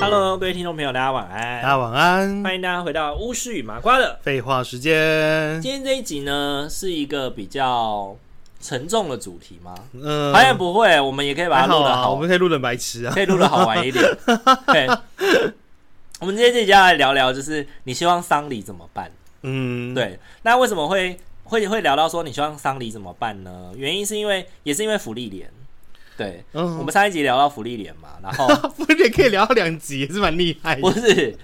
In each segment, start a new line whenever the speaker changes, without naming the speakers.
Hello，各位听众朋友，大家晚安。
大家晚安。
欢迎大家回到巫师与麻瓜的。
废话时间，
今天这一集呢，是一个比较沉重的主题吗？
嗯
好像不会，我们也可以把它
还
录
好
的
啊，
好，
我们可以录的白痴啊
可。以录的好玩一 点。对，我们今天这集要来聊聊，就是你希望丧礼怎么办？
嗯，，
对，那为什么会会会聊到说你希望丧礼怎么办呢？原因是因为也是因为福利连，对、
嗯
我们上一集聊到福利连嘛，然后
不是也可以聊两集，也是蛮厉害
不
的。
是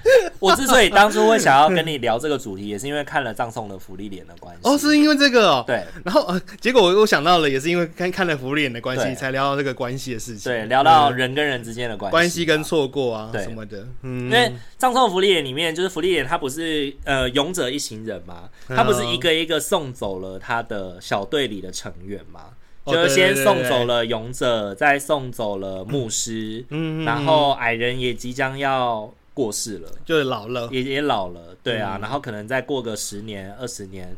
我之所以当初会想要跟 你聊这个主题，也是因为看了葬送的福利连的关系。
哦，是因为这个哦。
对
然后呃，结果我我想到了，也是因为看看了福利眼的关
对
系，才聊到这个关系的事情。
对，聊到
嗯
人跟人之间的关系
关系跟
嘛。
错过啊
对
什么的。嗯
因为葬送的福利连里面，就是福利连他不是呃勇者一行人嘛，
嗯
他不是一个一个送走了他的小队里的成员嘛，
哦
就是先
对对对
送走了勇者，再送走了牧师，
嗯
然后矮人也即将要过世了，
就是老了。
也也老了，对
嗯
啊，然后可能再过个十年二十年，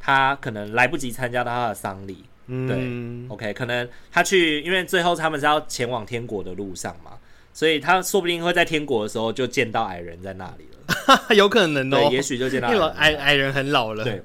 他可能来不及参加到他的丧礼。
嗯，
OK，可能他去，因为最后他们是要前往天国的路上嘛，所以他说不定会在天国的时候就见到矮人在那里了，
有可能
对，
哦，
也许就见
因
到
为老
矮
矮
人在
矮人很老
那里
了。
对。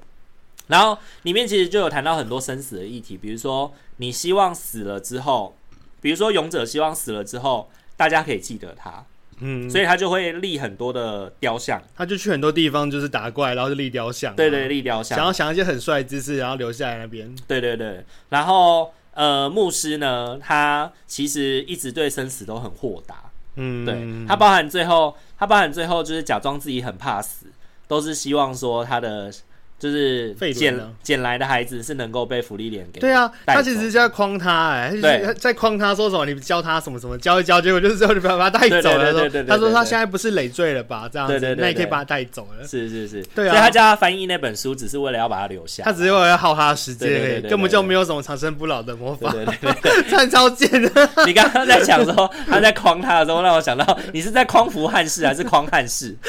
然后里面其实就有谈到很多生死的议题，比如说你希望死了之后，比如说勇者希望死了之后，大家可以记得他，
嗯，
所以他就会立很多的雕像，
他就去很多地方，就是打怪，然后就立雕像、啊
对对，，立雕像，
想要想一些很帅的姿势，然后留下来那边。
对对对，然后呃，牧师呢，他其实一直对生死都很豁达，
嗯，
对，他包含最后，他包含最后就是假装自己很怕死，都是希望说他的就是
废
捡
人啊
捡来的孩子是能够被福利连给
对啊，
带
他
走
其实是在框他、哎，他
对
就是在框他说什么，你教他什么什么，教一教，结果就是最后就把他带走
对
了。
对对
说
对对对
他说
对
他
对
现在不是累赘了吧？这样
对对
子，
对
那也可以
对
把他带走了。
是是是，
对啊
所以他叫他翻译那本书，只是为了要把它留下。
他只是为了要耗他时间
对对对
而
对
已，
对
根本就没有什么长生不老的魔
对
法，
对对对，
看超贱的。
你刚刚在想说他在框他的时候，让我想到你是在匡扶汉室还是匡汉室？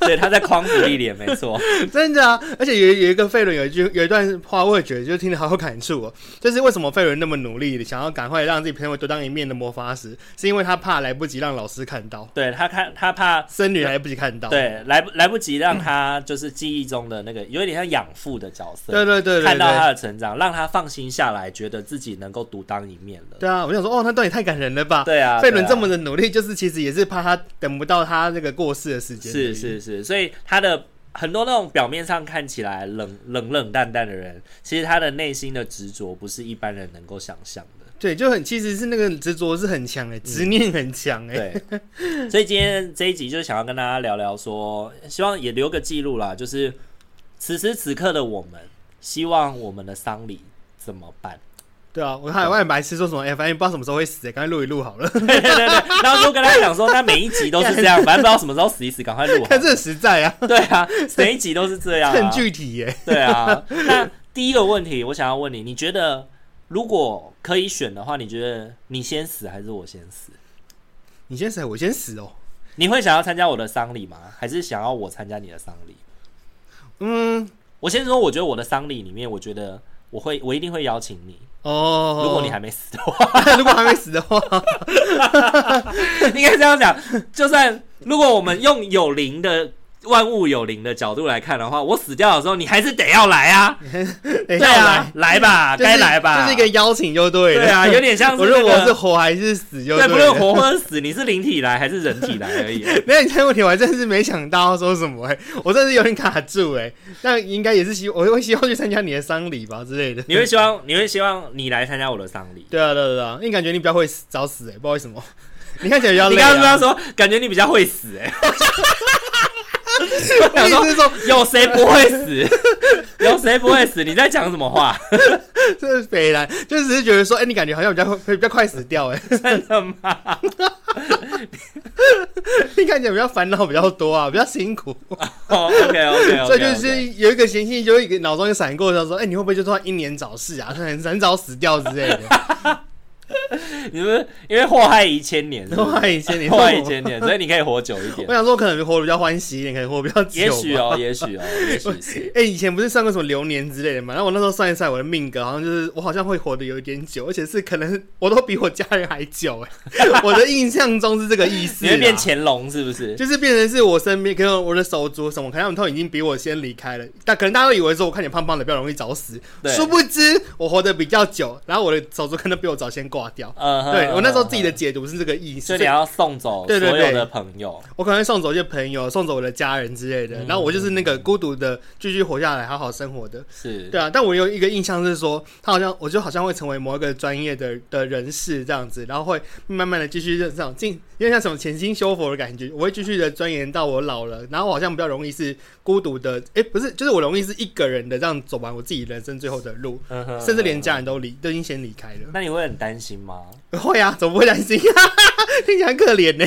对，他在匡扶利莲，没错。
真的啊！而且有有一个费伦有一句有一段话，我也觉得就听得好有感触哦。就是为什么费伦那么努力，想要赶快让自己朋友多当一面的魔法师，是因为他怕来不及让老师看到，
对他看他怕
僧侣来不及看到。
对来不来不及让他就是记忆中的那个有点像养父的角色，
对对对对
看到他的
对。
成长，让他放心下来，觉得自己能够独当一面了。
对啊，我想说，哦，那段也太感人了吧！
对啊
费伦
对啊
这么的努力，就是其实也是怕他等不到他那个过世的时间。
是，是是，所以他的很多那种表面上看起来冷冷冷淡淡的人，其实他的内心的执着不是一般人能够想象的。
对，就很其实是那个执着是很强哎、执念很强哎、
嗯对， 所以今天这一集就是想要跟大家聊聊说，希望也留个记录啦，就是此时此刻的我们，希望我们的丧礼怎么办？
对啊，我看外面白痴说什么，哎、反正不知道什么时候会死、欸，赶快录一录好了，
对对对对，然后就跟他讲说，那每一集都是这样，反正不知道什么时候死一死，赶快录好。
看 这很实 在啊，
对啊，每一集都是这样、啊，
很具体欸耶、
对啊，那第一个问题，我想要问你，你觉得如果可以选的话，你觉得你先死还是我先死？
你先死，我先死哦。
你会想要参加我的丧礼吗？还是想要我参加你的丧礼？
嗯，
我先说，我觉得我的丧礼里面，我觉得我会，我一定会邀请你。
哦，
如果 你还没死的话，
如果还没死的话，
应该这样讲，就算如果我们用有灵的万物有灵的角度来看的话，我死掉的时候，你还是得要来啊，
对
对啊，，来吧，
哎就是
该来吧，
就是一个邀请就对了。
对啊，有点像是
无论
那个
我是活还是死就
对，
了
不论活或死，你是灵体来还是人体来而 已。
没有你这个问题，我还真是没想到要说什么哎、我真是有点卡住哎、那应该也是希，我会希望去参加你的丧礼吧之类的。
你会希望，你会希望你来参加我的丧礼。
对啊对啊对啊，因为感觉你比较会死早死哎、不知道为什么。你看起来比较
你
累、
刚刚
啊。
说说，感觉你比较会死 哎、
我
刚刚
意思是说，
有谁不会死？ 有谁不会死？你在讲什么话？
这是北兰，就只是觉得说，哎、你感觉好像比较会比较快死掉哎、
真的吗？
你看起来比较烦恼比较多啊，比较辛苦。
哦，OK OK OK，
所以就是有一个嫌弃，就一个脑中有闪过，想说，哎、你会不会就突然英年早逝啊，很很早死掉之类的？
你们因为祸害一千年是不
祸
是，
害一千年
祸害一千 年，所以你可以活久一点
我。想说，可能活得比较欢喜一点，可能活得比较久。
也许。哦，也许哦，也许是。
哎、以前 不是算过什么流年之类的嘛？然后我那时候算一算，我的命格好像就是我好像会活得有一点久，而且是可能我都比我家人还久哎、我的印象中是这个意思。
你会变，乾隆是不是？
就是变成是我身边跟我的手足什么，可能他们都已经比我先离开了。但可能大家都以为说我看起来胖胖的，比较容易早死。
对
殊不知我活得比较久，然后我的手足可能比我早先挂掉。
嗯哼
对我那时候
嗯哼啊
自己的解读是这个意思，
所以你要送走所
对对
有
对
的朋友。
我可能会送走一些朋友，送走我的家人之类的，
嗯
然后我就是那个孤独的继续活下来，好好生活的。
是，
对啊，但我有一个印象是说，他好像我就好像会成为某一个专业的的人士这样子，然后会慢慢的继续这样进，因为像什么潜心修佛的感觉，我会继续的钻研到我老了，然后我好像比较容易是孤独的，诶，不是，就是我容易是一个人的这样走完我自己人生最后的路，
嗯哼
啊甚至连家人都离都已经先离开了。
那你会很担心吗？
会啊，怎么不会担心？ 听起来很可怜呢、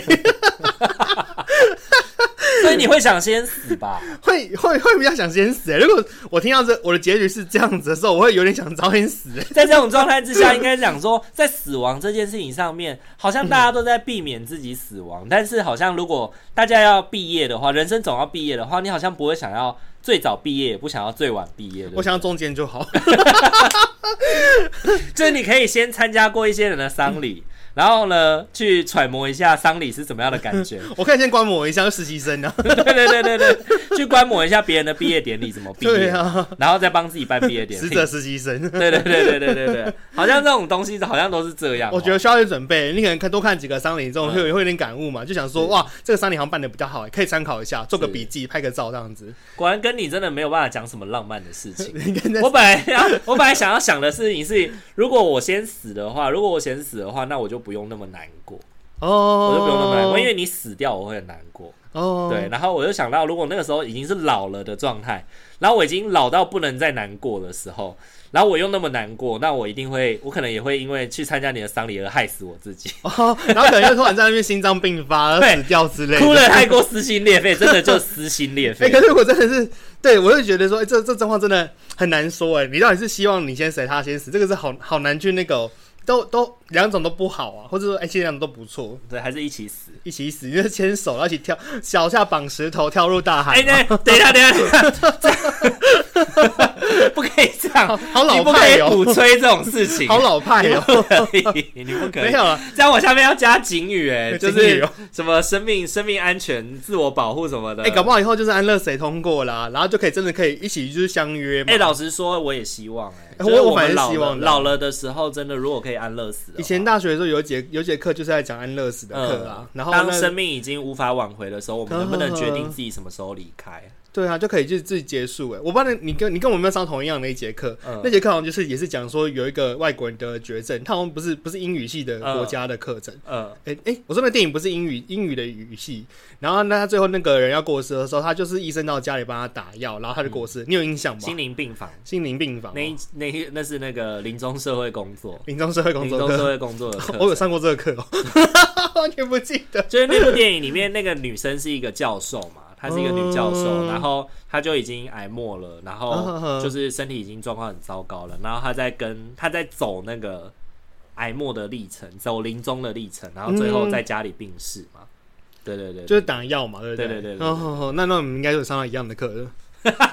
所以你会想先死 吧？
会会会比较想先死、欸。如果我听到这我的结局是这样子的时候，我会有点想早点死、欸。
在这种状态之下，应该讲说，在死亡这件事情上面，好像大家都在避免自己死亡，但是好像如果大家要毕业的话，人生总要毕业的话，你好像不会想要最早毕业，也不想要最晚毕业的。
我想要中间就好。
就是你可以先参加过一些人的丧礼，
嗯
然后呢，去揣摩一下丧礼是怎么样的感 觉。
我可以先观摩一下实习生啊。
对对对对对，去观摩一下别人的毕业典礼怎么毕业，
对啊，
然后再帮自己办毕业 典
死
礼。
者实 习生。
对对对对对对对，好像这种东西好像都是这样哦、
我觉得需要有点准备，你可能看多看几个丧礼这种，
嗯
会有会有点感悟嘛，就想
是
说哇，这个丧礼好像办的比较好欸，可以参考一下，做个
是
笔记，拍个照这样子。
果然跟你真的没有办法讲什么浪漫的事情。
你跟那
我本来要，我本来想要想的事情是，如果我先死的话，如果我先死的话，那我就不用那么难过，
哦，
嗯我就不用那么难过，因为你死掉我会很难过。
哦，
对，，然后我就想到，如果那个时候已经是老了的状态，然后我已经老到不能再难过的时候，然后我又那么难过，那我一定会，我可能也会因为去参加你的丧礼而害死我自己，
哦， 然后可能就突然在那边心脏病发、
对
死掉之类的，
哭的太过撕心裂肺，真的就撕心裂
哎、
肺。
可是我真的是，对我就觉得说，哎、这这状况真的很难说哎、你到底是希望你先死，他先死，这个是好好难去那个哦、都都两种都不好啊，或者说哎，这、两种都不错，
对，还是一起死。
一起死，就是牵手，然后一起跳，脚下绑石头跳入大海
哎、
嘛。
那等一下，等一下， 这不可以这样，
好好
你
老
不可
派
以
哦、
鼓吹这种事情，
好老派
你
哦、
不 可以，你不可
没
以。
有了，
这样我下面要加警语，哎，就
警语
是
哦
什么生命、生命安全、自我保护什么的。
哎、搞不好以后就是安乐谁通过啦，然后就可以真的可以一起就是相约嘛。
哎，老实说，我也希望哎，
哎
就是
我
我
反而
们老
希
了
望的
老了的时候，真的如果可以安乐死的话，
以前大学的时候有一节有一节课就是在讲安乐死的课啊，
嗯
然后
当
那
生命已经无法挽回的时候，我们能不能决定自己什么时候离开？
对啊，就可以就是自己结束哎，我不知道你跟你跟我们有没有上同样的一节课，
嗯
那节课好像就是也是讲说有一个外国人得了绝症，他好像不是不是英语系的国家的课程。
嗯，
哎、哎、我说那电影不是英语英语的语系，然后那他最后那个人要过世的时候，他就是医生到家里帮他打药，然后他就过世。你有印象吗？
嗯心灵病房
心灵病房、
那一
哦，
那一那是那个临终社会工作，
临终社会工
临
作
终社
课，
会工作的课程。
我有上过这个课、 哦，完全不记得。
就是那部电影里面那个女生是一个教授嘛，她是一个女教授，
嗯
然后她就已经癌末了，然
嗯
后
嗯
就是身体已经状况很糟糕了，然后她在跟她在走那个癌末的历程，走临终的历程，然后最后在家里病逝嘛。对对对，
就是打药嘛，对不
对对对
对
对对
哦哦，哦那那我们应该有上到一样的 课了。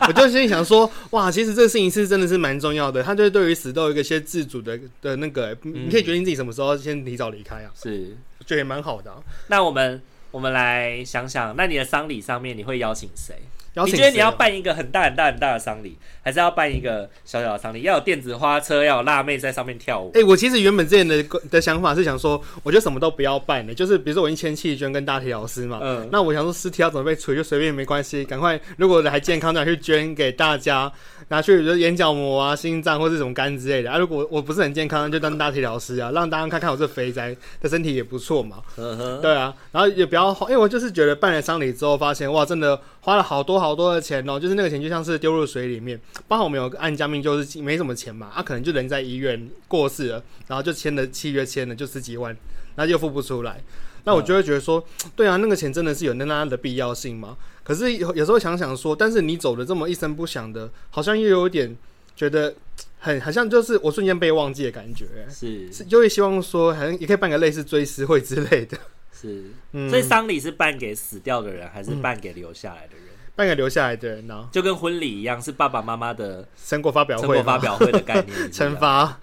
我就心里想说，哇，其实这个事情是真的是蛮重要的。他就是对于死都有一个些自主的的那个、你可以决定自己什么时候先提早离开啊，
嗯是。
我觉得也蛮好的啊、
那我们我们来想想，那你的丧礼上面你会邀请谁？
邀
你
请
觉得你
谁
要
哦
办一个很大很大很大的丧礼，还是要办一个小小的丧礼？要有电子花车，要有辣妹在上面跳舞。
哎、我其实原本之前的的想法是想说，我就什么都不要办的，就是比如说我已经签弃捐跟大体老师嘛，
嗯
那我想说尸体要怎么被处理就随便没关系，赶快如果还健康的拿去捐给大家，拿去比如说眼角膜啊、心脏或是什么肝之类的啊。如果我不是很健康，就当大体老师啊，让大家看看我这肥宅的身体也不错嘛。
嗯哼，
对啊，然后也不要花，因为我就是觉得办了丧礼之后，发现哇，真的花了好多好多的钱哦，就是那个钱就像是丢入水里面。包括我们有个按家命，就是没什么钱嘛，啊，可能就人在医院过世了，然后就签了契约，签了就十几万，然后又付不出来。那我就会觉得说，对啊，那个钱真的是有那那的必要性吗？可是有有时候想想说，但是你走的这么一声不响的，好像又有点觉得很好像就是我瞬间被忘记的感觉，
是
是就会希望说，好像也可以办个类似追思会之类的。
是，
嗯
所以丧礼是办给死掉的人，还是办给留下来的人？
半个留下来的人呢、
就跟婚礼一样，是爸爸妈妈的
成果发表
成
会
果
嘛
发表会的概念一样。
惩罚，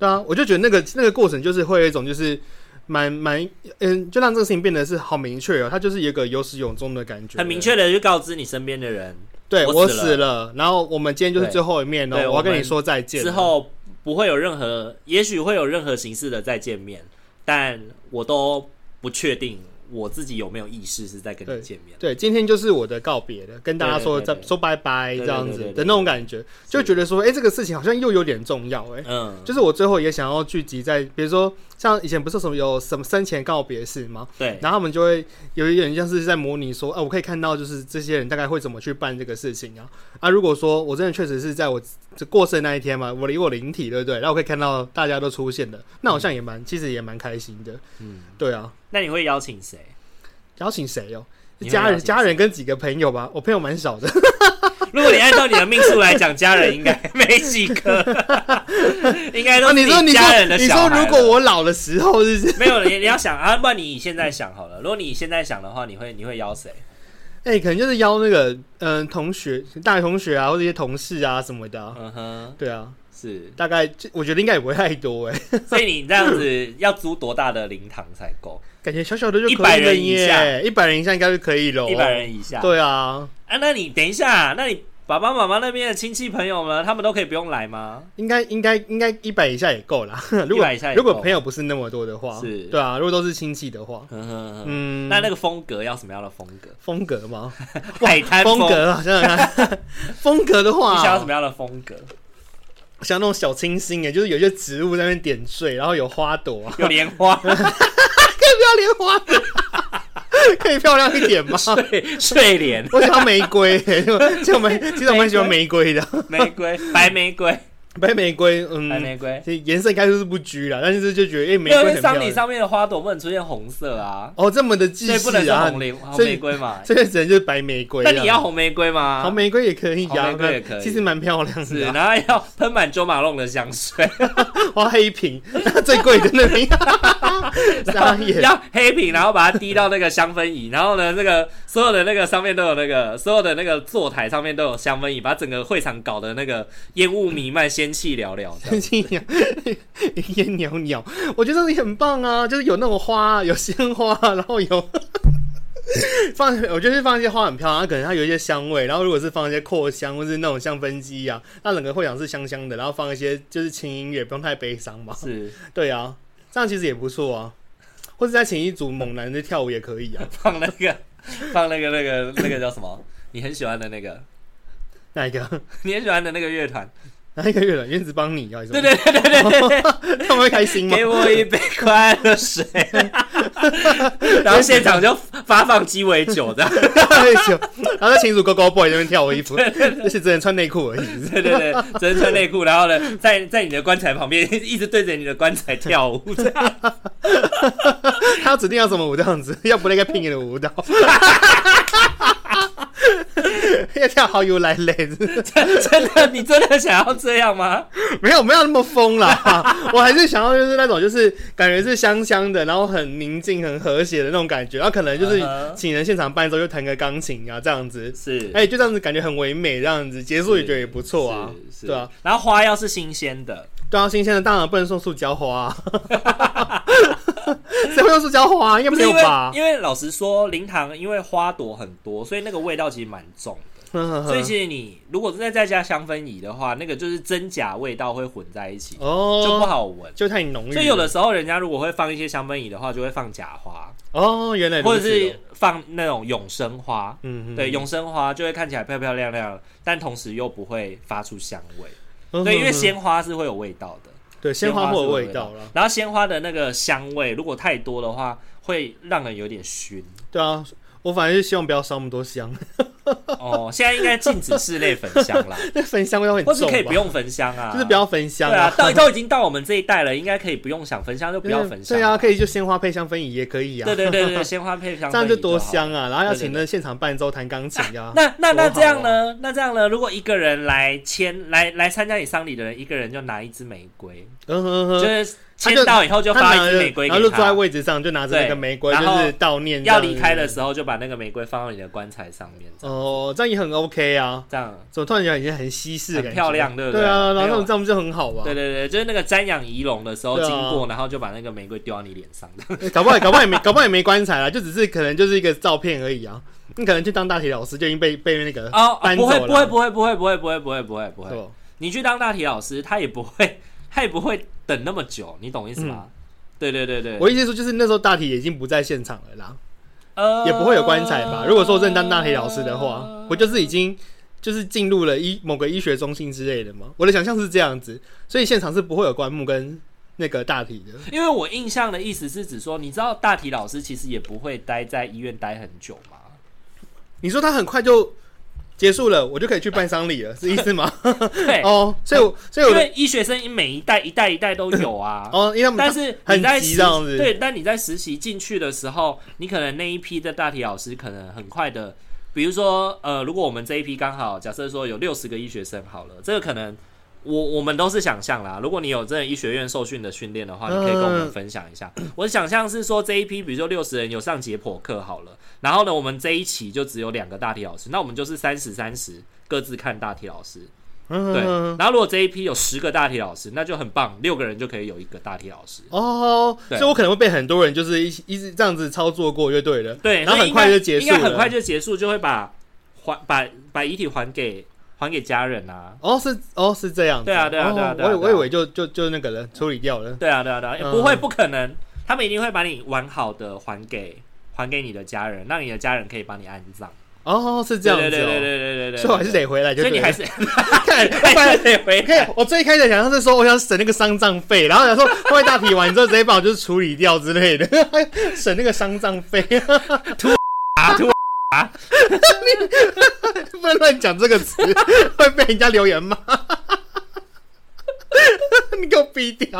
对啊，我就觉得那个那个过程就是会有一种就是蛮蛮嗯，就让这个事情变得是好明确哦，它就是有一个有始有终的感觉，
很明。确的去告知你身边的人，
对
我
我
死
死了，然后我们今天就是
对
最后一面哦
对，
我要跟
我
你
们
说再见了。
之后不会有任何，也许会有任何形式的再见面，但我都不确定我自己有没有意识是在跟
对
你见面。
对，今天就是我的告别了，跟大家说
对对
再
对对
说拜拜这
对对
样
对
子
对
的
对
那种感觉，就觉得说，哎，这个事情好像又有点重要，哎，
嗯，
就是我最后也想要聚集在，比如说像以前不是什么有什么生前告别式吗？
对，
然后他们就会有一点像是在模拟说，啊，我可以看到就是这些人大概会怎么去办这个事情啊。啊，如果说我真的确实是在我这过世的那一天嘛，我离我灵体，对不对？然后我可以看到大家都出现了，那好像也蛮，其实也蛮开心的。
嗯，
对啊，
那你会邀请谁？
邀请谁哦？
你会
家
邀
人、
请
家人跟几个朋友吧，我朋友 蛮少的。
如果你按照你的命数来讲，家人应该 没几个，应该都是
啊，你说你
家人
说
的
你
小孩
说，
了。
如果我老的时候，是不是？
没有，你你要想啊，不然你现在想好了。如果你现在想的话，你会你会邀谁？
哎、可能就是邀那个嗯、同学、大学同学啊，或者一些同事啊什么的啊、
嗯哼，
对啊，
是。
大概就我觉得应该也不会太多哎、
所以你这样子要租多大的灵堂才够？
感觉小小的就可以
100人
了
以下
耶，一百人以下应该就可以了。哦
一百人以下。
对啊，
啊，那你等一下，那你爸爸妈妈那边的亲戚朋友们，他们都可以不用来吗？
应该应该应该一百以下也够啦。 如果
100以下也
如
够
果朋友不是那么多的话，
是
对啊，如果都是亲戚的话，
嗯，
嗯，
那那个风格要什么样的风格？
风格吗？
海滩
风
风，
格啊，想想看， 风格的
你
话，
想要什么样的风格？
像那种小清新哎，就是有一些植物在那边点缀，然后有花朵 啊，
有莲 花，
可以不要莲花吗， 可以漂亮一 点吗？
对，睡莲、
我想要玫瑰 耶，就就玫，其实我蛮喜欢玫瑰的，
玫 瑰、白玫瑰、
白玫瑰，嗯，
白玫瑰。
其实颜色应该就是不拘啦，但是就觉得哎、欸
没
玫
有，因
瑰
为
很漂
丧礼
亮。
上面的花朵不能出现红色啊，
哦，这么的
所
祭
以不能
祀
是
啊
红，玫红
所以
玫瑰嘛。
这个只能就是白玫瑰啊。
那你要红玫瑰吗？
红玫瑰也可以呀、
红玫瑰也可以
其实蛮漂亮
是，
的啊、
然后要喷满周马弄的香水，
花黑瓶 最贵的 那瓶， 傻眼。
要黑瓶，然后把它滴到那个香氛椅，然后呢，那个所有的那个上面都有那个所有的那个座台上面都有香氛椅，把整个会场搞得那个烟雾弥漫，仙气缭 缭这样。
信仰烟袅袅，我觉得这里很棒啊，就是有那种花，有鲜花，然后有 放，我觉得放一些花很漂亮，它可能它有一些香味，然后如果是放一些扩香或是那种香氛机啊，那整个会场是香香的，然后放一些就是轻音乐，不用太悲伤嘛。
是
对啊，这样其实也不错啊。或者再请一组猛男的跳舞也可以啊，
放那个放那个那个那个叫什么？你很喜欢的那个，
哪一个？
你很喜欢的那个乐团，
哪一个月了？原子帮你啊？
对对对对对对，
对， 他们会开心吗
给？我一杯快乐水，啊 然后现场就发放鸡尾酒这样。
太久然后再请一组 Go Go Boy 在那边跳舞衣服，而且只能穿内裤而已。
对对对，只能穿内裤，然后呢，在在你的棺材旁边一直对着你的棺材跳舞， 这样
他要指定要什么舞这样子， 要不那个拼你的舞蹈， 要跳好有来嘞，
真的，你真的想要这样吗？
没有没有那么疯啦， 我还是想要就是那种就是感觉是香香的，然后很宁静、很和谐的那种感觉，然后可能就是
嗯哼
请人现场伴奏，就弹个钢琴啊这样子，
是，
哎、就这样子感觉很唯美，这样子结束也觉得也不错啊，
是是
对啊，
然后花要是新鲜的，
对啊，新鲜的当然不能送塑胶花、啊， 谁会用塑胶花？啊应该
不是
没有
因为
吧？
因为老实说，灵堂因为花朵很多，所以那个味道其实蛮重的。
嗯
所以其实你如果再再加香氛仪的话，那个就是真假味道会混在一起，
哦，
就不，好闻。
就太浓郁了。
所以有的时候人家如果会放一些香氛仪的话，就会放假花，
哦，原来如此
或者是放那种永生花。
嗯，嗯
对，
嗯
永生花就会看起来漂漂亮亮，但同时又不会发出香味。
嗯
对，因为
嗯
鲜花是会有味道的，
对鲜花
是
会有
有
味道了。
然后鲜花的那个香味，如果太多的话，会让人有点熏。
对啊，我反正是希望不要烧那么多香，
哦，现在应该禁止室内焚香啦，
那焚香味道很
或
重
是
吧，
可以不用焚香啊，
就是不要焚香
对啊，到都已经到我们这一代了，应该可以不用想焚香就不要焚香。
对啊，，可以就鲜花配香氛仪也可以啊。
对对对对，鲜花配香
这样就
氛围好。
多香啊！然后要
对对
请那现场伴奏弹钢琴呀、
那那那
多好啊
这样呢？那这样呢？如果一个人来签来来参加你丧礼的人，一个人就拿一支玫瑰，
嗯哼
就
哼，
是签到以后就
他
发一
拿
支
着
玫瑰
然后
给
就坐在
他，
位置上，就拿着那个
对
玫瑰，
然后
就是悼念这
要
样子。
离开的时候就把那个玫瑰放到你的棺材上面，这样
哦，这样也很 OK 啊。
这样
怎么突然觉得已经很西式的感
很
觉，
漂亮对不对
对啊，然后那
没
种
有
这样不就很好啊吗？
对对对，就是那个瞻仰仪容的时候
对啊
经过，然后就把那个玫瑰丢到你脸 上。
哎搞不好搞不好也没搞不好也没棺材啦，就只是可能就是一个照片而已啊。你可能去当大体老师就已经被被那个
哦，
搬
不
走
会
了，
不会不会不会不会不会不会不会不
对
会，
吧
你去当大体老师，他也不会他也不会等那么久，你懂意思吗？对对对对，
嗯我意思说就是那时候大体已经不在现场了啦，
呃
也不会有棺材吧？如果说认当大体老师的话，
哦
我就是已经就是进入了医某个医学中心之类的嘛。我的想象是这样子，所以现场是不会有棺木跟那个大体的。
因为我印象的意思是指说，你知道大体老师其实也不会待在医院待很久嘛。
你说他很快就结束了，我就可以去办丧礼了，是意思吗？
对，
哦，所以我所以
因
我
为医学生每一代一代一代都有 啊。
哦，因为他们
但是
很
你在
急
实
这样子
对，但你在实习进去的时候，你可能那一批的大体老师可能很快的，比如说呃，如果我们这一批刚好假设说有六十个医学生好了，这个可能我我们都是想象啦。如果你有真的医学院受训的训练的话，你可以跟我
嗯
们分享一下。我的想象是说这一批，比如说六十人有上解剖课好了，然后呢，我们这一期就只有两个大体老师，那我们就是三十三十各自看大体老师。
嗯
对，
嗯嗯
然后如果这一批有十个大体老师，那就很棒，六个人就可以有一个大体老师。
哦，所
对
以我可能会被很多人就是一一直这样子操作过就对了。
对，
然
所
后
以
很
应
快
该
就结束
应该很
了
快就结束，就会把还把把遗体还给还给家人啊。
哦，是哦，是这样子。
对啊对啊
哦
对啊对啊
我以
对
我
啊
以为就就就那个了，处理掉了。
对啊，对啊，对啊，
嗯
不会，不可能，他们一定会把你完好的还给还给你的家人，让你的家人可以帮你安葬。
哦，是这
对
样子、
对
哦。
对对对对对对，
所以我还是得回来就
所
对
以
了，
你还是
看，不
还
然
是得回
你看，我最开始想象是说我想省那个丧葬费，然后想说会大体完之后直接把我就是处理掉之类的，省那个丧葬费，
啊，突
不能乱讲这个词，会被人家留言骂。 你给我逼掉，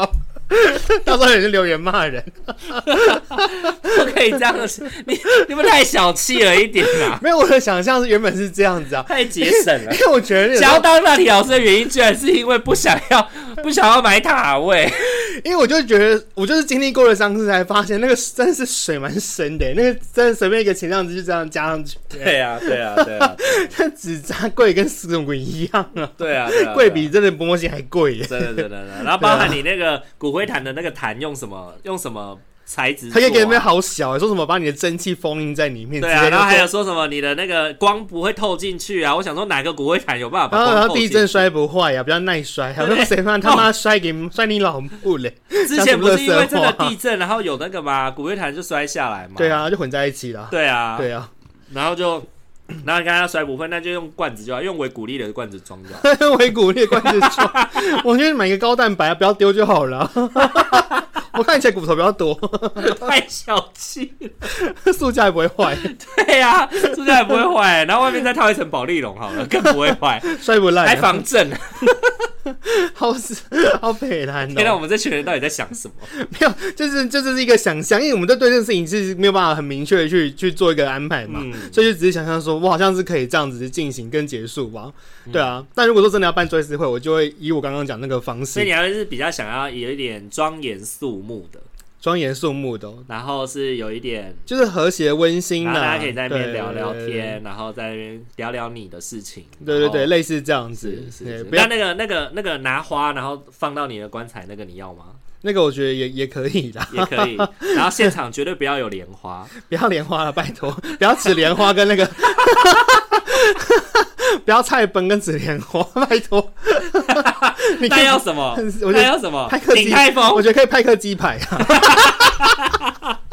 到时候有人留言骂人。
不可以这样子，你你们太小气了一点啊，
没有，我的想象是原本是这样子啊，
太节省 了
因。为我觉得有时
想
候
要当大体老师的原因，居然是因为不想要不想要买塔位。
因为我就觉得，我就是经历过了伤势，才发现那个真的是水蛮深的，那个真的随便一个前量子就这样加上去，
对啊，对啊，对啊，
它纸扎柜跟死鬼一样啊，
对啊，对啊
贵比真的摸心还贵耶，
真的真的真的，然后包含你那个骨灰坛的那个坛用什么用什么材质、
它可以给
没
你
啊
们好小，说什么把你的蒸汽封印在里面，
对
直
啊，
接就
然后还有说什么你的那个光不会透进去啊？我想说哪个骨灰坛有办法把
然后
光
然
透
后
进
地
去
震摔不坏呀、啊比较 耐摔，还有谁妈他妈摔给摔你老母嘞，
之前不是因为真
讲什么
的
垃圾话
地震，然后有那个嘛骨灰坛就摔下来嘛？
对，啊，就混在一起了，
对啊，
对啊，
然后就。 然后你刚刚摔不分，那就用罐子就好，用维骨力的罐子装就好。
维骨裂关节疮，我觉得买个高蛋白啊不要丢就好了， 我看起来骨头比较多，
太小气了。
塑胶也不会坏。
对啊，塑胶也不会坏，然后外面再套一层保丽龙好了，更不会 坏，
摔不烂、啊，
还 防震。
好死好北蓝
天哪，
哦、
我们这群人到底在想什么？
没有，就是这就是一个想象，因为我们都对这件事情是没有办法很明确的去去做一个安排嘛，
嗯
所以就只是想象说，我好像是可以这样子进行跟结束吧，对啊。但如果说真的要办追思会，我就会以我刚刚讲那个方
所以
式
你，还是比较想要有一点庄严肃穆的，
庄严肃穆的哦、
然后是有一点，
就是和谐温馨的、啊
然后大家可以在那边
对
聊聊。
对对
天，然后在那边聊聊你的事情。
对对对，
然后，
类似这样子
是，是
对
是。
不要
那那个那个那个拿花，然后放到你的棺材那个，你要吗？
那个我觉得也也可以啦，
也 可以。然后现场绝对不要有莲花，
不要莲花了，拜托， 不要紫莲花跟那个，不要菜本跟紫莲花，拜托。 你可
那
以
要什么？ 那
我觉得
要什么
派？克
鼎
鸡，
泰丰
我觉得可以派克鸡排啊。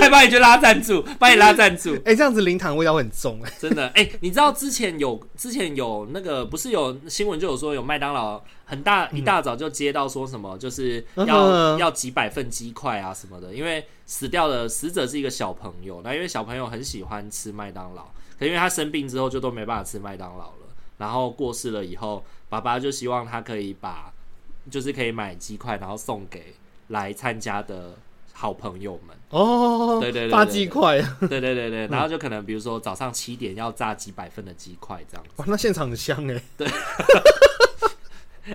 还帮你去拉赞助，帮你拉赞助。
哎、这样子灵堂味道会很重哎、
真的，哎、你知道之前有之前有那个不是有新闻就有说有麦当劳很大一大早就接到说什么就是要、
嗯嗯哼
要几百份鸡块啊什么的，因为死掉的死者是一个小朋友，那因为小朋友很喜欢吃麦当劳，可因为他生病之后就都没办法吃麦当劳了，然后过世了以后，爸爸就希望他可以把就是可以买鸡块，然后送给来参加的好朋友们。
哦，
对对对对
发鸡块啊，
对对对对，然后就可能比如说早上七点要炸几百份的鸡块这样子。
哇，那现场很香哎、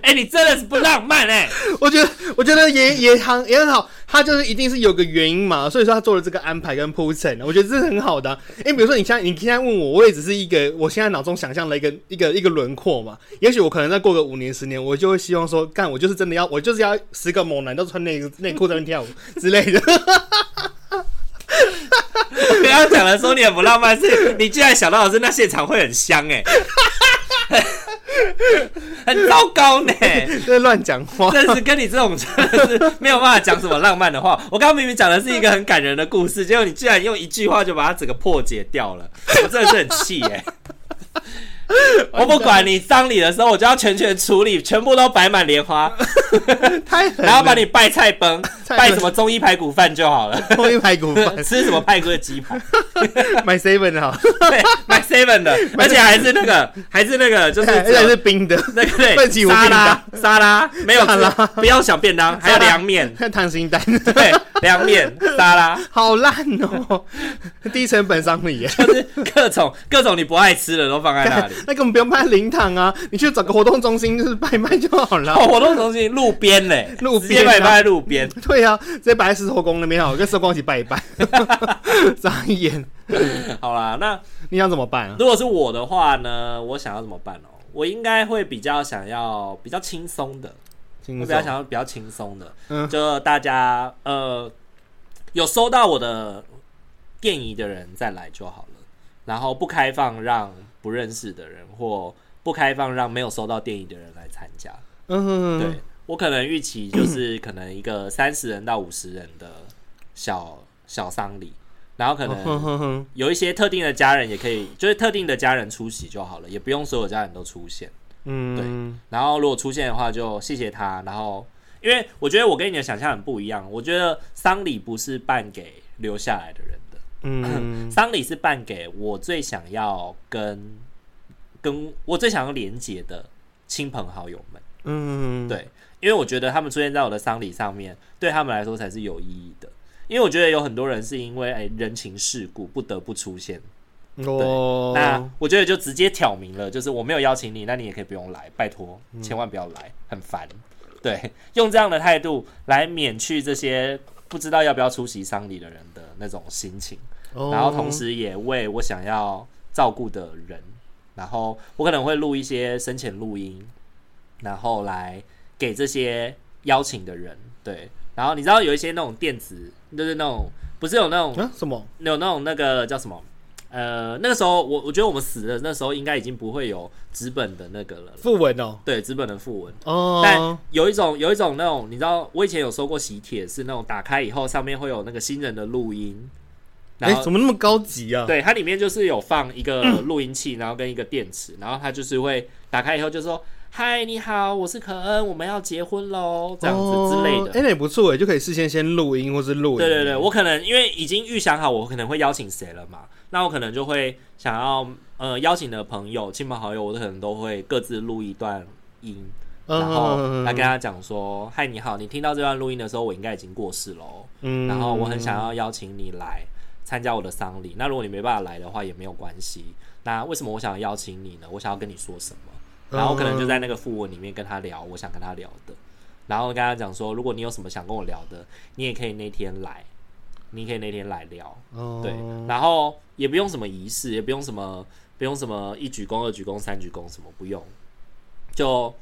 哎、你真的是不浪漫哎、
我觉得，我觉得也也很也很好，他就是一定是有个原因嘛，所以说他做了这个安排跟铺陈，我觉得这是很好的、啊。因为比如说你现在你现在问我，我也只是一个我现在脑中想象的一个一个一个轮廓嘛。也许我可能再过个五年十年，我就会希望说，干我就是真的要，我就是要十个猛男都穿内内裤在那边跳舞之类的。
不要讲了， 说你很不浪漫，是你居然想到的是那现场会很香哎、 很糟糕 呢、
在乱讲话，
真是跟你这种真的是没有办法讲什么浪漫的话。我刚刚明明讲的是一个很感人的故事，结果你居然用一句话就把它整个破解掉了，我真的是很气 耶、我不管你丧礼的时候，我就要全权处理，全部都摆满莲 花，
太狠了
然后把你拜 菜崩，
菜崩
拜什么中医排骨饭就 好了，
偷一排骨饭
吃什么派哥鸡排。
买 seven 好，
对， 买 seven 的，而且还是那个，还是那个，就是
哎而且是冰的，
那个 对
奋起无
沙
力
拉沙拉没有
沙拉
吃不要想便当，还有凉面，
溏心蛋，
对，凉面沙拉
好烂哦，低成本商品耶。
就是各种各种你不爱吃的都放在那 里。
那根本不用办灵堂啊，你去找个活动中心就是拜拜就好了。
哦，活动中心路边嘞，
路
直接
边啊
摆放在路边。
对啊，直接摆在石头公那边好，跟石头公一起拜 一拜。眨眼，
好啦，那
你想怎么办啊？
如果是我的话呢，我想要怎么办哦？我应该会比较想要比较轻松的，我
轻
比较
松
想要比较轻松的，
嗯
就大家呃有收到我的电影的人再来就好了，然后不开放让不认识的人或不开放让没有收到电影的人来参加。
嗯，
对，我可能预期就是可能一个三十人到五十人的小小丧礼，然后可
嗯哼
能
哼哼，
有一些特定的家人也可以，就是特定的家人出席就好了，也不用所有家人都出现。
嗯，
然后如果出现的话，就谢谢他。然后，因为我觉得我跟你的想象很不一样，我觉得丧礼不是办给留下来的人的，
嗯，
丧礼是办给我最想要跟跟我最想要连接的亲朋好友们。
嗯，
对，因为我觉得他们出现在我的丧礼上面，对他们来说才是有意义的。因为我觉得有很多人是因为哎、人情世故不得不出现，
哦，
那我觉得就直接挑明了，就是我没有邀请你，那你也可以不用来，拜托，
嗯
千万不要来，很烦。对，用这样的态度来免去这些不知道要不要出席丧礼的人的那种心情，
哦
然后同，时也为我想要照顾的人，然后我可能会录一些生前录音，然后来给这些邀请的人。对，然后你知道有一些那种电子，就是那种不是有那种
啊，什么？
有那种那个叫什么？呃，那个时候我我觉得我们死的那时候应该已经不会有纸本的那个了，
副文哦，
对，纸本的讣文。但
哦，
有一种有一种那种，你知道，我以前有收过喜帖，是那种打开以后上面会有那个新人的录音，然
哎，
后、
怎么那么高级啊？
对它里面就是有放一个 录音器，然后跟一个电池，然后它就是会打开以后就说：“嗨，你好，我是可恩，我们要结婚喽。”这样
哦
子之类的。
哎，那也不错哎，就可以事先先录音或是录影。
对对对，我可能因为已经预想好我可能会邀请谁了嘛，那我可能就会想要呃邀请的朋友、亲朋好友，我可能都会各自录一段音，
嗯，
然后
嗯
来跟，他讲说：“嗨，你好，你听到这段录音的时候，我应该已经过世哦喽，
嗯
然后我很想要邀请你来参加我的丧礼。那如果你没办法来的话，也没有关系。那为什么我想要邀请你呢？我想要跟你说什么？然后我可能就在那个副文里面跟他聊我想跟他聊的，然后跟他讲说，如果你有什么想跟我聊的，你也可以那天来，你可以那天来聊，
哦，
对，然后也不用什么仪式，也不用什么不用什么一鞠躬、二鞠躬、三鞠躬什么不用，就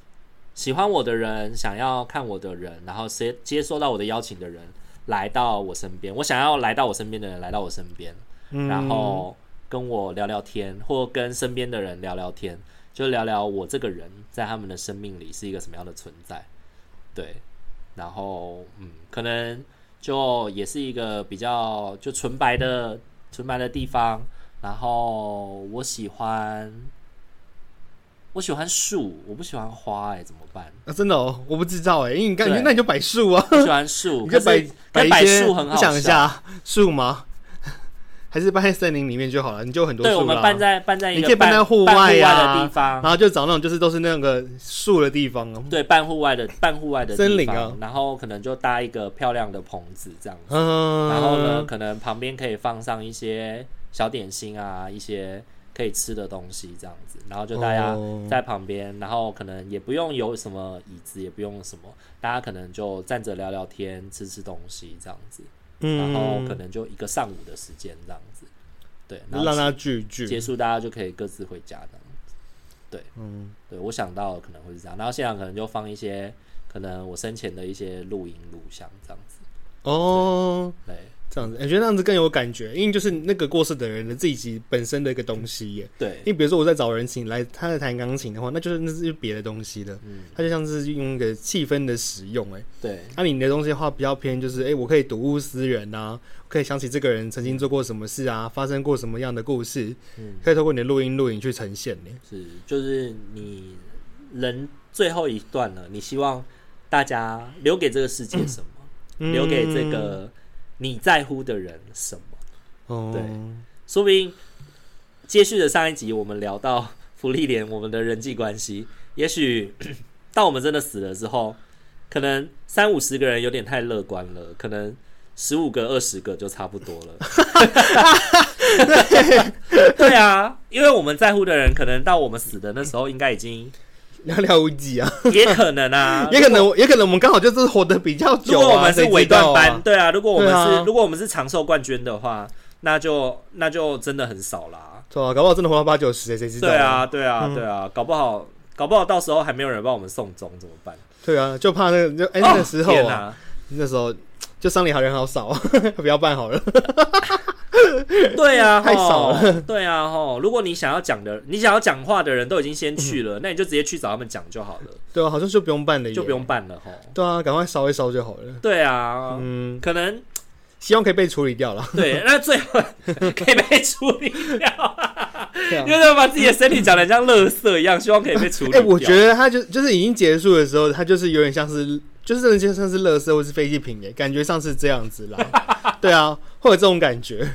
喜欢我的人，想要看我的人，然后接接收到我的邀请的人来到我身边，我想要来到我身边的人来到我身边，
嗯
然后跟我聊聊天，或跟身边的人聊聊天，就聊聊我这个人在他们的生命里是一个什么样的存在。对，然后嗯，可能就也是一个比较就纯白的纯白的地方。然后我喜欢我喜欢树，我不喜欢花、哎，怎么办？
啊，真的哦，我不知道哎，因为你感觉
对
那你就摆树啊，
我喜欢树，
你
可
就摆
是但
摆
摆
一些，
树很好
我想一
笑。
下树吗？ 还是搬在森林里面就好了，你就有很多
对，我
树
们
啦。
搬在搬在一
你
个
可以搬在户外啊呀
半户外的地方
然，后就找那种就是都是那个树的地方啊。
对，半户外的半户外的地
森林
方
啊
然后可能就搭一个漂亮的棚子这样子，
嗯，
然后呢，？可能旁边可以放上一些小点心啊，一些可以吃的东西这样子，然后就大家
哦
在旁边，然后可能也不用有什么椅子，也不用什么，大家可能就站着聊聊天，吃吃东西这样子，然后可
嗯，
能就一个上午的时间这样子，对，然
让
后
它聚一
结
聚。
束大家就可以各自回家这样子。
嗯，
对我想到可能会是这样，然后现场可能就放一些可能我生前的一些录音录像这样子，
哦，
对，
这样子，我觉得那样子更有感觉，因为就是那个过世的人的自己本身的一个东西耶。
对，
你比如说我在找人请来，他在弹钢琴的话，那就是那是别的东西了。
嗯，
它就像是用一个气氛的使用，哎，
对，
那、你的东西的话比较偏就是，哎、我可以睹物思人呐、我可以想起这个人曾经做过什么事啊，发生过什么样的故事，
嗯，
可以透过你的录音录影去呈现呢。
是，就是你人最后一段了，你希望大家留给这个世界什么？
嗯
留给这个你在乎的人什么？
哦，
对说不定接续着上一集，我们聊到福利连我们的人际关系，也许 到我们真的死了之后，可能三五十个人有点太乐观了，可能十五个、二十个就差不多 了。对啊，因为我们在乎的人，可能到我们死的那时候，应该已经
寥寥无几啊，
也可能啊
，也可能也可能我们刚好就是活得比较久、
如
啊，
果我们是
谁知
尾段
道
班，
啊，
对啊，如果我们
对
是、
啊
如果我们是长寿冠军的话，那就那就真的很少啦。
对啊，搞不好真的活到八九十，谁知道？
对啊，，对啊，
嗯
对啊，搞不好搞不好到时候还没有人帮我们送终怎么办？
对啊，就怕那个就哎、
哦
那个时候
天
啊，
哪
那时候就丧礼好人好少啊， 不要办好了。
对啊，
太少
吼，对啊，吼，如果你想要讲的，你想要讲话的人都已经先去
嗯
了，那你就直接去找他们讲就好了，
对啊，好像就不用办了耶，
就不用办了，吼。
对啊，赶快烧一烧就好了。
对啊，
嗯，
可能
希望可以被处理掉了。
对， 那最后可以被处理 掉，
对啊
因为把自己的身体讲的像垃圾一样，希望可以被处理
哎、
掉。
我觉得他就就是已经结束的时候，他就是有点像是，就是真的就像是垃圾或是废弃品耶，感觉上是这样子 啦。对啊，会有这种感觉，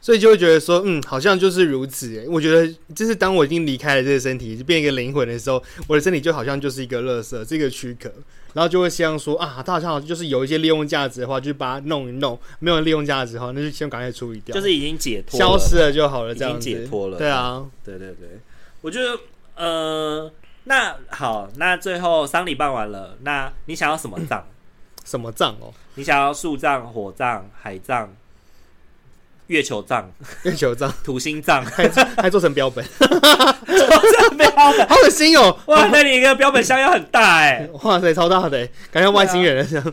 所以就会觉得说，嗯，好像就是如此耶。我觉得就是当我已经离开了这个身体，变一个灵魂的时候，我的身体就好像就是一个垃圾，这个躯壳，然后就会希望说啊，它好像好像就是有一些利用价值的话，就把它弄一弄；没有利用价值的话，那就先赶快处理掉，
就是已经解脱了，
消失了就好了，
已
这样
经
子
解脱了。
对，啊，
对对对，我觉得呃，那好，那最后丧礼办完了，那你想要什么 葬？
什么葬哦，
你想要树葬、火葬、海葬、月球葬、
月球葬，
土星 葬？
还还做成标 本。
这标本
好恶心哦！
哇，那你一个标本箱要很大哎、
哇塞，超大的欸，感觉外星人了这样。
啊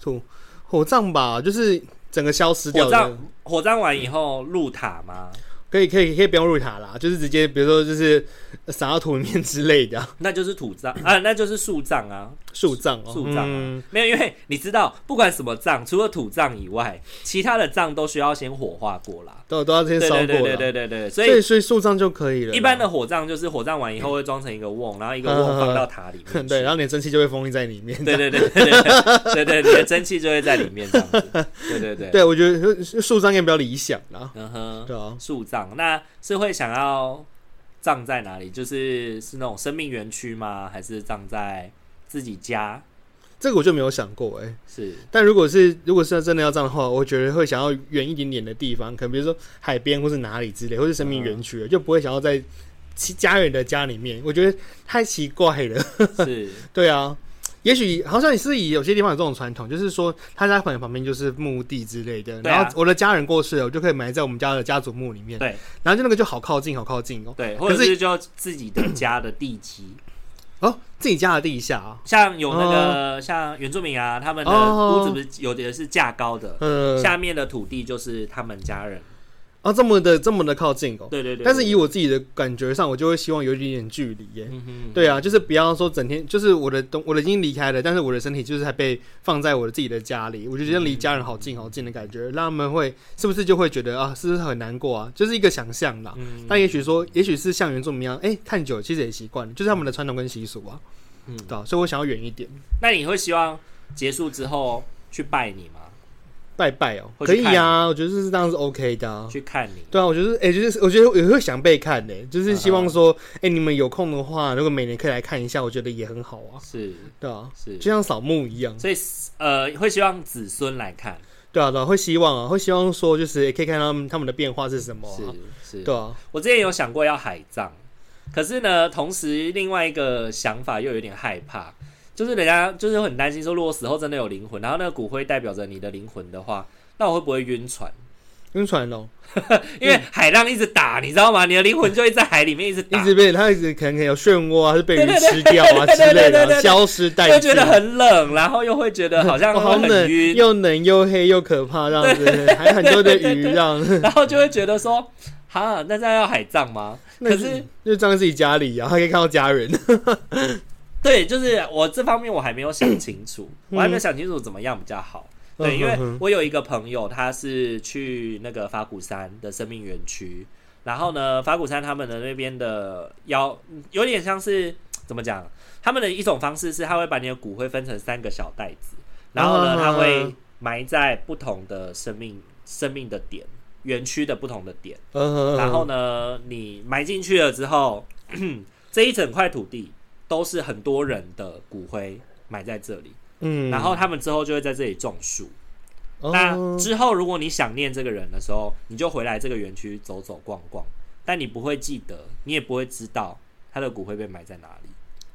土火葬吧，就是整个消失 掉
火
的
葬，火葬完以后入塔吗？
可以可以可以不用入塔啦，就是直接比如说就是撒到土里面之类的啊
那就是土葬啊，那就是树葬啊，
树葬哦，
树葬、啊
嗯
没有，因为你知道，不管什么葬，除了土葬以外，其他的葬都需要先火化过啦。
都都要先
对
烧
对对
过
对
了
对。对对，所
所以
以
所以树葬就可以了啦。
一般的火葬就是火葬完以后会装成一个瓮，然后一个瓮放到塔里面去。
对，然后你的蒸汽就会封印在里面。
对对对对对对对，你的蒸汽就会在里面这样子。对对对，
对，我觉得树葬应该比较理想啦。
嗯哼，
对啊，
树葬那是会想要葬在哪里？就是是那种生命园区吗？还是葬在自己家？
这个我就没有想过哎。
是
但如果是如果是真的要这样的话，我觉得会想要远一点点的地方，可能比如说海边或是哪里之类，或是生命园区啊
嗯
了，就不会想要在其家人的家里面。我觉得太奇怪了。
是，
对啊，也许好像也是以有些地方有这种传统，就是说他家可能旁边就是墓地之类的，
对啊
然后我的家人过世了，我就可以埋在我们家的家族墓里面。
对
然后就那个就好靠近，好靠近哦。
对，或者
可是
是就自己的家的地基。
哦，自己家的地下啊，
像有那个、像原住民啊，他们的
哦
屋子不是有的是架高的，
嗯，
下面的土地就是他们家人。
啊这么的这么的靠近哦。
对对对。
但是以
为
我自己的感觉上，我就会希望有一点点距离耶。对啊，就是不要说整天，就是我的东，我的已经离开了，但是我的身体就是还被放在我的自己的家里，我就觉得离家人好近好近的感觉，让他们会是不是就会觉得啊，是不是很难过啊？就是一个想象啦。
嗯
但也许说，也许是像原住民一样，哎、看久了其实也习惯了，就是他们的传统跟习俗啊，
嗯
对啊，所以我想要远一点，
那你会希望结束之后去拜你吗？
拜拜哦、
会
可
去
以啊，我觉得是这样是 OK 的、啊。
去看你？
对啊，我觉得，哎、就是我觉得也会想被看呢、就是希望
嗯
说，哎、你们有空的话，如果每年可以来看一下，我觉得也很好啊，
是
对啊，
是
就，像扫墓一样，
所以呃，会希望子孙来看。
对啊，对啊，会希望啊，会希望说，就是也可以看到他们他们的变化是什么、啊，
是是，
对啊，
哦我之前有想过要海葬，可是呢，同时另外一个想法又有点害怕，就是人家就是很担心说，如果死后真的有灵魂，然后那个骨灰代表着你的灵魂的话，那我会不会晕船？
晕船哦咯，
因为海浪一直打，你知道吗？你的灵魂就一直在海里面一直
一
打，
直被他一直可能可能有漩涡啊，还是被鱼
对对
吃掉 啊
对
之
对对
类
对对
的
对
啊，消失殆
会
尽
觉，得很冷，然后又会觉得好像
哦好
会很
冷，
晕，
又冷又黑又可怕，这样子，还很多的鱼这样 子，
然后就会觉得说，哈，那这样要海葬吗？
那
可是
就葬在自己家里啊，还可以看到家人，
对，就是我这方面我还没有想清楚，我还没有想清楚怎么样比较好。对，
嗯
因为
哼哼
我有一个朋友，他是去那个法鼓山的生命园区，然后呢，法鼓山他们的那边的要有点像是怎么讲，他们的一种方式是，他会把你的骨灰分成三个小袋子，然后呢，
啊
他会埋在不同的生命生命的点园区的不同的点。
嗯
然后呢，你埋进去了之后， 这一整块土地都是很多人的骨灰埋在这里，
嗯
然后他们之后就会在这里种树。
哦
那之后，如果你想念这个人的时候，你就回来这个园区走走逛逛，但你不会记得，你也不会知道他的骨灰被埋在哪里。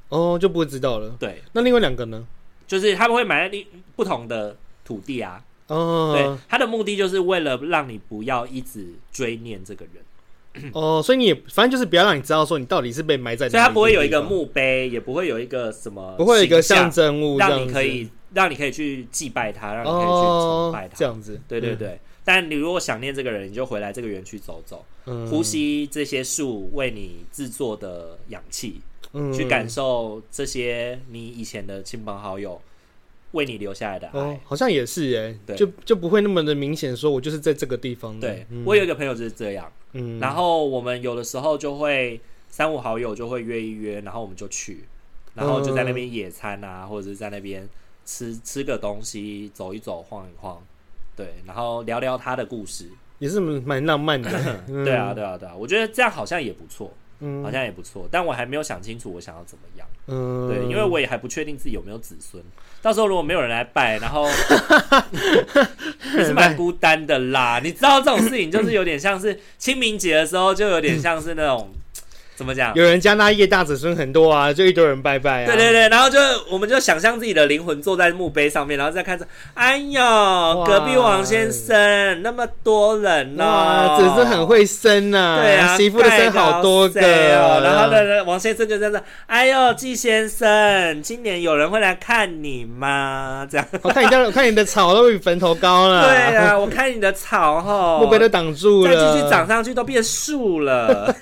哦就不会知道了。
对，
那另外两个呢？
就是他们会埋在另不同的土地啊。对
哦，，
他的目的就是为了让你不要一直追念这个人。
哦，所以你也反正就是不要让你知道说你到底是被埋在哪里，
所以它不会有一个，墓碑，也不会有一个什么，
不会有一个象，征物，这
让
样
你
子
可以让你可以去祭拜它，让你可以去崇
哦
拜，它。
这样子，
对对对，但你如果想念这个人，你就回来这个园区走走，
嗯，
呼吸这些树为你制作的氧气，
嗯
去感受这些你以前的亲朋好友为你留下来的爱。
哦，好像也是哎，
对
就就不会那么的明显，说我就是在这个地方的。
对、
嗯
我有一个朋友就是这样，
嗯，
然后我们有的时候就会三五好友就会约一约，然后我们就去，然后就在那边野餐啊，
嗯
或者是在那边吃吃个东西，走一走，晃一晃，对，然后聊聊他的故事。。
也是蛮蛮浪漫的嗯
对啊，，对啊，对啊，我觉得这样好像也不错，
嗯
好像也不错，但我还没有想清楚我想要怎么样。
嗯，
对，因为我也还不确定自己有没有子孙，到时候如果没有人来拜，然 后也是蛮孤单的啦。你知道这种事情就是有点像是清明节的时候，就有点像是那种怎么讲？
有人家那叶大子孙很多啊，就一堆人拜拜啊。
对对对，然后就我们就想象自己的灵魂坐在墓碑上面，然后再看着，哎呦，隔壁王先生那么多人啊呢、
哇，子孙很。会生呐，
对啊，
媳妇的生好多个
盖到谁哦。然后呢，王先生就在那，哎呦，季先生，今年有人会来看你吗？这样。
我看你家，我看你的草都比坟头高了。
对啊，我看你的草吼，
墓碑都挡住
再
了，
继续长上去都变树了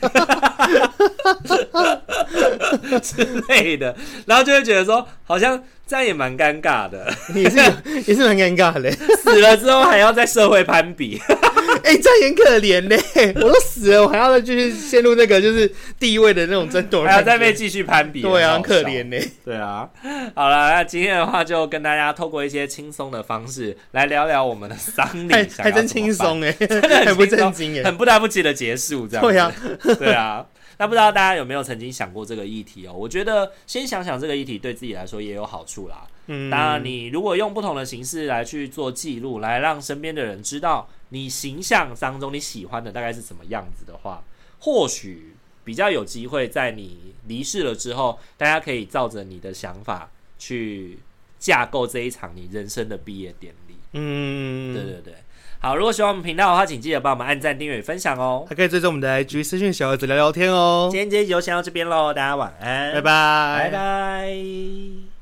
之类的，然后就会觉得说，好像这样也蛮尴尬 的，
也是有也是蛮尴尬的。
死了之后还要在社会攀比。
哎、这样也很可怜呢。 我都死了，我还要再继续陷入那个就是地位的那种争夺，
还要再被继续攀比，
对啊，很
很好笑
可怜。呢。
对啊，好了，那今天的话就跟大家透过一些轻松的方式来聊聊我们的丧礼，
还
想
还
要怎
真
么
轻松哎，
办，
很不正经哎。
很不得不起的结束，这样子
对呀、啊，
对啊，那不知道大家有没有曾经想过这个议题哦？我觉得先想想这个议题对自己来说也有好处啦。
嗯，
当然，你如果用不同的形式来去做记录，来让身边的人知道你形象当中你喜欢的大概是什么样子的话，或许比较有机会在你离世了之后，大家可以照着你的想法去架构这一场你人生的毕业典礼。
嗯，
对对对。好，如果喜欢我们频道的话，请记得帮我们按赞、订阅、分享哦。
还可以追踪我们的 IG 私讯小盒子聊聊天哦
今。天这集就先到这边喽，大家晚安，
拜拜，
拜拜